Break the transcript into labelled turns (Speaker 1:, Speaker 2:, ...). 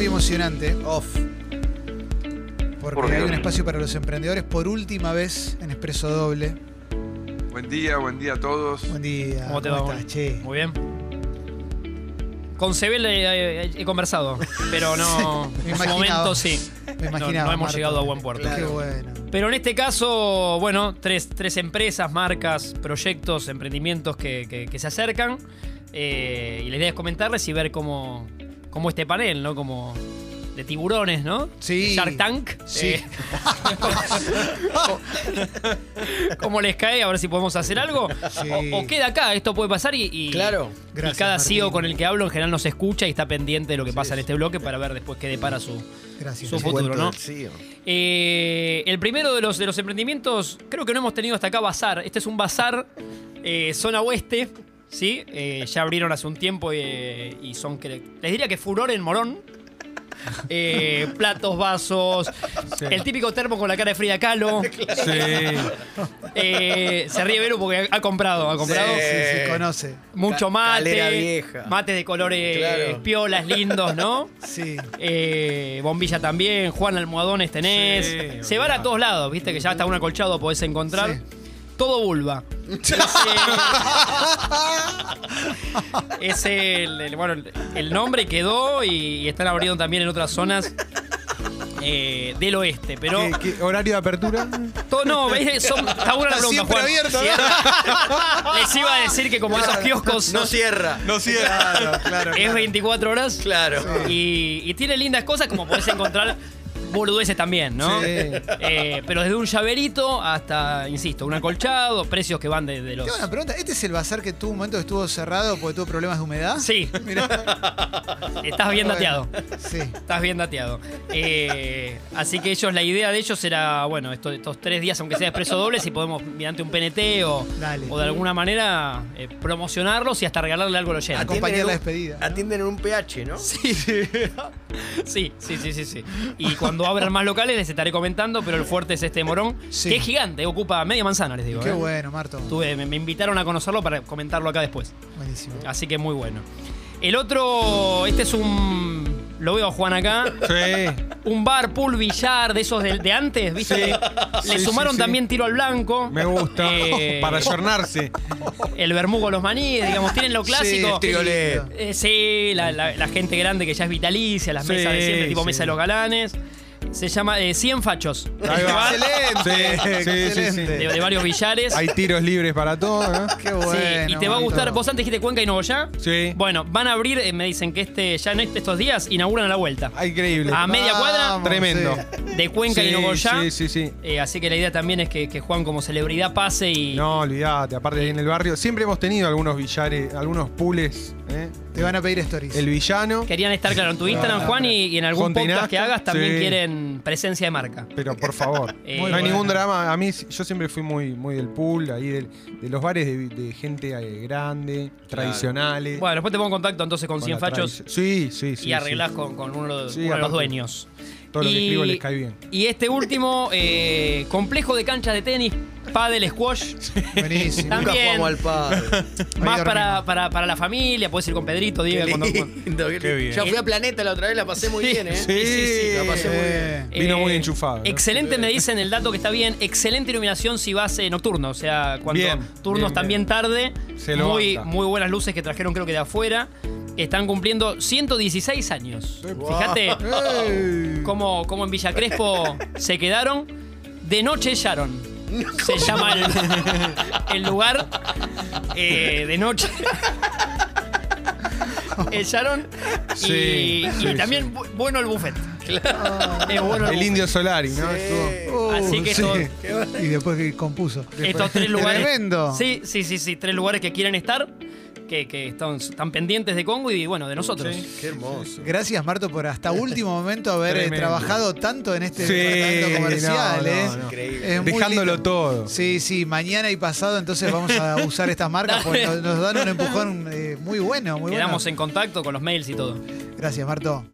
Speaker 1: emocionante, off. Porque
Speaker 2: Por
Speaker 1: hay
Speaker 2: Dios.
Speaker 1: un espacio para los emprendedores por última vez en Expreso Doble.
Speaker 2: Buen día, buen día a todos.
Speaker 1: Buen día.
Speaker 3: ¿Cómo te va,
Speaker 1: estás, che?
Speaker 3: Muy bien. Con Sebel eh, eh, he, conversado, pero no.
Speaker 1: Me
Speaker 3: en su
Speaker 1: imaginaba.
Speaker 3: momento sí.
Speaker 1: Me
Speaker 3: No,
Speaker 1: imaginaba.
Speaker 3: no hemos
Speaker 1: Marto.
Speaker 3: llegado a buen puerto.
Speaker 1: Qué bueno.
Speaker 3: Pero en este caso, bueno, tres, tres empresas, marcas, proyectos, emprendimientos que, que- que se acercan. eh, y la idea es comentarles y ver cómo, cómo este panel, ¿no? Como de tiburones, ¿no?
Speaker 1: Sí.
Speaker 3: De Shark Tank.
Speaker 1: Sí.
Speaker 3: eh, cómo les cae, a ver si podemos hacer algo.
Speaker 1: Sí.
Speaker 3: O, o queda acá, esto puede pasar y, y-
Speaker 4: Claro.
Speaker 1: Gracias,
Speaker 3: y cada
Speaker 1: Martín.
Speaker 3: CEO con el que hablo en general nos escucha y está pendiente de lo que pasa en este bloque para ver después qué depara su,
Speaker 1: Gracias.
Speaker 3: su
Speaker 4: El
Speaker 3: futuro,
Speaker 4: cuento
Speaker 3: ¿no?
Speaker 4: del
Speaker 1: E
Speaker 4: CEO.
Speaker 3: Eh, el primero de los, de los emprendimientos, creo que no hemos tenido hasta acá bazar. Este es un bazar, eh, zona oeste, ¿sí? Eh, ya abrieron hace un tiempo eh, y son, cre- les diría que furor en Morón. Eh, platos, vasos, el típico termo con la cara de Frida Kahlo. Eh, se ríe Vero porque ha, ha comprado, ha comprado.
Speaker 1: Sí, sí, conoce.
Speaker 3: Mucho
Speaker 4: Ca-
Speaker 3: mate,
Speaker 4: calera vieja.
Speaker 3: mates de colores
Speaker 4: Claro.
Speaker 3: piolas, lindos, ¿no?
Speaker 1: Sí.
Speaker 3: Eh, bombilla también, Juan Almohadones tenés.
Speaker 5: Sí,
Speaker 3: se van a todos lados, viste que ya hasta un acolchado podés encontrar.
Speaker 1: Sí.
Speaker 3: Todo vulva. Es, eh, es el, el- bueno, el- el nombre quedó y, y están abriendo también en otras zonas eh, del oeste. Pero
Speaker 5: ¿Qué- qué horario de apertura?
Speaker 3: todo no, ¿ves? Son- está buena la
Speaker 1: Está
Speaker 3: pregunta,
Speaker 1: siempre
Speaker 3: Juan.
Speaker 1: abierto, ¿no?
Speaker 3: Cierra. Les iba a decir que como esos kioscos
Speaker 4: No cierra.
Speaker 5: No eh. cierra. Claro, claro.
Speaker 3: es 24 horas.
Speaker 4: Claro.
Speaker 3: Y, y tiene lindas cosas como podés encontrar boludeces también, ¿no?
Speaker 1: Sí.
Speaker 3: Eh, pero desde un llaverito hasta, insisto, un acolchado, precios que van desde los.
Speaker 1: Tengo una pregunta. ¿Este es el bazar que tuvo un momento que estuvo cerrado porque tuvo problemas de humedad?
Speaker 3: Sí,
Speaker 1: Mirá.
Speaker 3: estás bien dateado.
Speaker 1: Sí.
Speaker 3: Estás bien dateado. Eh, así que ellos, la idea de ellos era, bueno, esto- estos tres días, aunque sea expreso doble, si podemos, mediante un PNT o,
Speaker 1: Dale.
Speaker 3: o de alguna manera, eh, promocionarlos y hasta regalarle algo al oyente.
Speaker 1: Acompañar
Speaker 4: en
Speaker 1: la
Speaker 4: un-
Speaker 1: despedida, ¿no?
Speaker 4: Atienden en un PH, ¿no?
Speaker 3: Sí. sí, sí, sí, sí, sí. Y cuando abran más locales les estaré comentando, pero el fuerte es este morón,
Speaker 1: Sí.
Speaker 3: que es gigante, ocupa media manzana, les digo.
Speaker 1: Qué
Speaker 3: ¿eh?
Speaker 1: bueno, Marto.
Speaker 3: Tuve- me, me invitaron a conocerlo para comentarlo acá después.
Speaker 1: Buenísimo.
Speaker 3: Así que muy bueno. El otro, este es un. Lo veo a Juan acá.
Speaker 5: Sí.
Speaker 3: Un bar, pool, billar, de esos de, de antes, ¿viste? Le
Speaker 5: Sí,
Speaker 3: sumaron
Speaker 5: sí, sí.
Speaker 3: también tiro al blanco.
Speaker 5: Me gusta.
Speaker 3: Eh,
Speaker 5: Para ayornarse.
Speaker 3: el vermú con los maníes, digamos, tienen lo clásico.
Speaker 4: Sí, Triolet.
Speaker 3: Eh, sí, la, la- la gente grande que ya es vitalicia, las
Speaker 5: Sí,
Speaker 3: mesas de siempre, tipo
Speaker 5: sí.
Speaker 3: mesa de los galanes. Se llama eh, 100 fachos.
Speaker 5: Ahí va.
Speaker 1: Excelente,
Speaker 5: Sí, sí, sí, sí.
Speaker 3: De,
Speaker 1: excelente.
Speaker 3: de varios billares.
Speaker 5: Hay tiros libres para todo, ¿no?
Speaker 1: Qué
Speaker 3: Sí,
Speaker 1: bueno.
Speaker 3: y te va a
Speaker 1: Marto.
Speaker 3: gustar. Vos antes dijiste Cuenca y Nogoyá.
Speaker 5: Sí.
Speaker 3: Bueno, van a abrir, eh, me dicen que este ya en est- estos días inauguran a la vuelta.
Speaker 5: Ah, Increíble.
Speaker 3: A media
Speaker 1: Vamos,
Speaker 3: cuadra
Speaker 5: Tremendo.
Speaker 1: sí.
Speaker 3: de Cuenca y
Speaker 5: Sí,
Speaker 3: Nogoyá.
Speaker 5: Sí, sí, sí.
Speaker 3: Eh, así que la idea también es que, que Juan como celebridad pase y...
Speaker 5: No, olvídate, aparte ahí en el barrio. Siempre hemos tenido algunos billares, algunos pules. ¿eh?
Speaker 1: Te van a pedir stories.
Speaker 5: El villano,
Speaker 3: Querían estar, claro, en tu Instagram,
Speaker 1: no,
Speaker 3: Juan,
Speaker 1: pero-
Speaker 3: y, y en algún
Speaker 5: Fontenasta,
Speaker 3: podcast que hagas también
Speaker 5: sí.
Speaker 3: quieren presencia de marca.
Speaker 5: pero por favor.
Speaker 3: Eh,
Speaker 5: no hay
Speaker 3: bueno.
Speaker 5: ningún drama. A mí, yo siempre fui muy, muy del pool, ahí del- de los bares de, de gente eh, grande, tradicionales.
Speaker 3: Bueno, después te pongo en contacto entonces con,
Speaker 5: con
Speaker 3: 100
Speaker 5: la
Speaker 3: fachos
Speaker 5: tradición. Sí, sí, sí.
Speaker 3: y arreglás
Speaker 5: sí.
Speaker 3: con, con uno, de-
Speaker 5: Sí,
Speaker 3: uno de los
Speaker 5: aparte,
Speaker 3: dueños.
Speaker 5: Todo lo que
Speaker 3: Y-
Speaker 5: escribo les cae bien.
Speaker 3: Y este último, eh, complejo de canchas de tenis, pádel, squash,
Speaker 1: Buenísimo.
Speaker 3: También.
Speaker 4: Nunca jugamos al padre.
Speaker 3: más
Speaker 1: dormimos.
Speaker 3: para, para, para la familia, puedes ir con Pedrito, Diego. cuando-
Speaker 4: Lindo, qué
Speaker 5: Qué bien.
Speaker 4: Yo fui a Planeta la otra vez, la pasé muy bien, ¿eh?
Speaker 5: Sí, sí, sí,
Speaker 4: la pasé muy bien.
Speaker 1: Eh,
Speaker 5: Vino muy enchufado, ¿no?
Speaker 3: Excelente, me dicen el dato que está bien. Excelente iluminación si vas eh, nocturno. O sea, cuando
Speaker 5: Bien,
Speaker 3: turnos
Speaker 5: bien,
Speaker 3: también
Speaker 5: bien.
Speaker 3: tarde.
Speaker 5: Se lo
Speaker 3: muy,
Speaker 5: banca.
Speaker 3: muy buenas luces que trajeron, creo que de afuera. Están cumpliendo 116 años. Fíjate cómo, cómo en Villa Crespo se quedaron. De noche echaron. Se llama el, el lugar eh, de noche. El Sharon y,
Speaker 5: Sí,
Speaker 3: y
Speaker 5: sí,
Speaker 3: también bu- bueno el buffet. Es bueno el
Speaker 5: El
Speaker 3: buffet.
Speaker 5: indio Solari, ¿no? Estuvo-
Speaker 1: Uh,
Speaker 3: Así que esto-
Speaker 1: Y después que compuso.
Speaker 3: Estos tres lugares.
Speaker 1: Tremendo.
Speaker 3: Sí, sí, sí, sí. Tres lugares que quieren estar, que, que están, están pendientes de Congo y bueno, de nosotros.
Speaker 4: Qué hermoso.
Speaker 1: Gracias, Marto, por hasta último momento haber eh,
Speaker 5: Tremendo.
Speaker 1: trabajado tanto en este
Speaker 5: Sí,
Speaker 1: departamento comercial.
Speaker 5: no, no,
Speaker 1: ¿eh?
Speaker 5: no.
Speaker 4: Increíble.
Speaker 1: Es muy
Speaker 5: Dejándolo
Speaker 1: lindo.
Speaker 5: todo.
Speaker 1: Sí, sí, mañana y pasado entonces vamos a usar estas marcas porque nos, nos dan un empujón eh, muy bueno, muy
Speaker 3: Quedamos
Speaker 1: bueno.
Speaker 3: en contacto con los mails y todo.
Speaker 1: Gracias, Marto.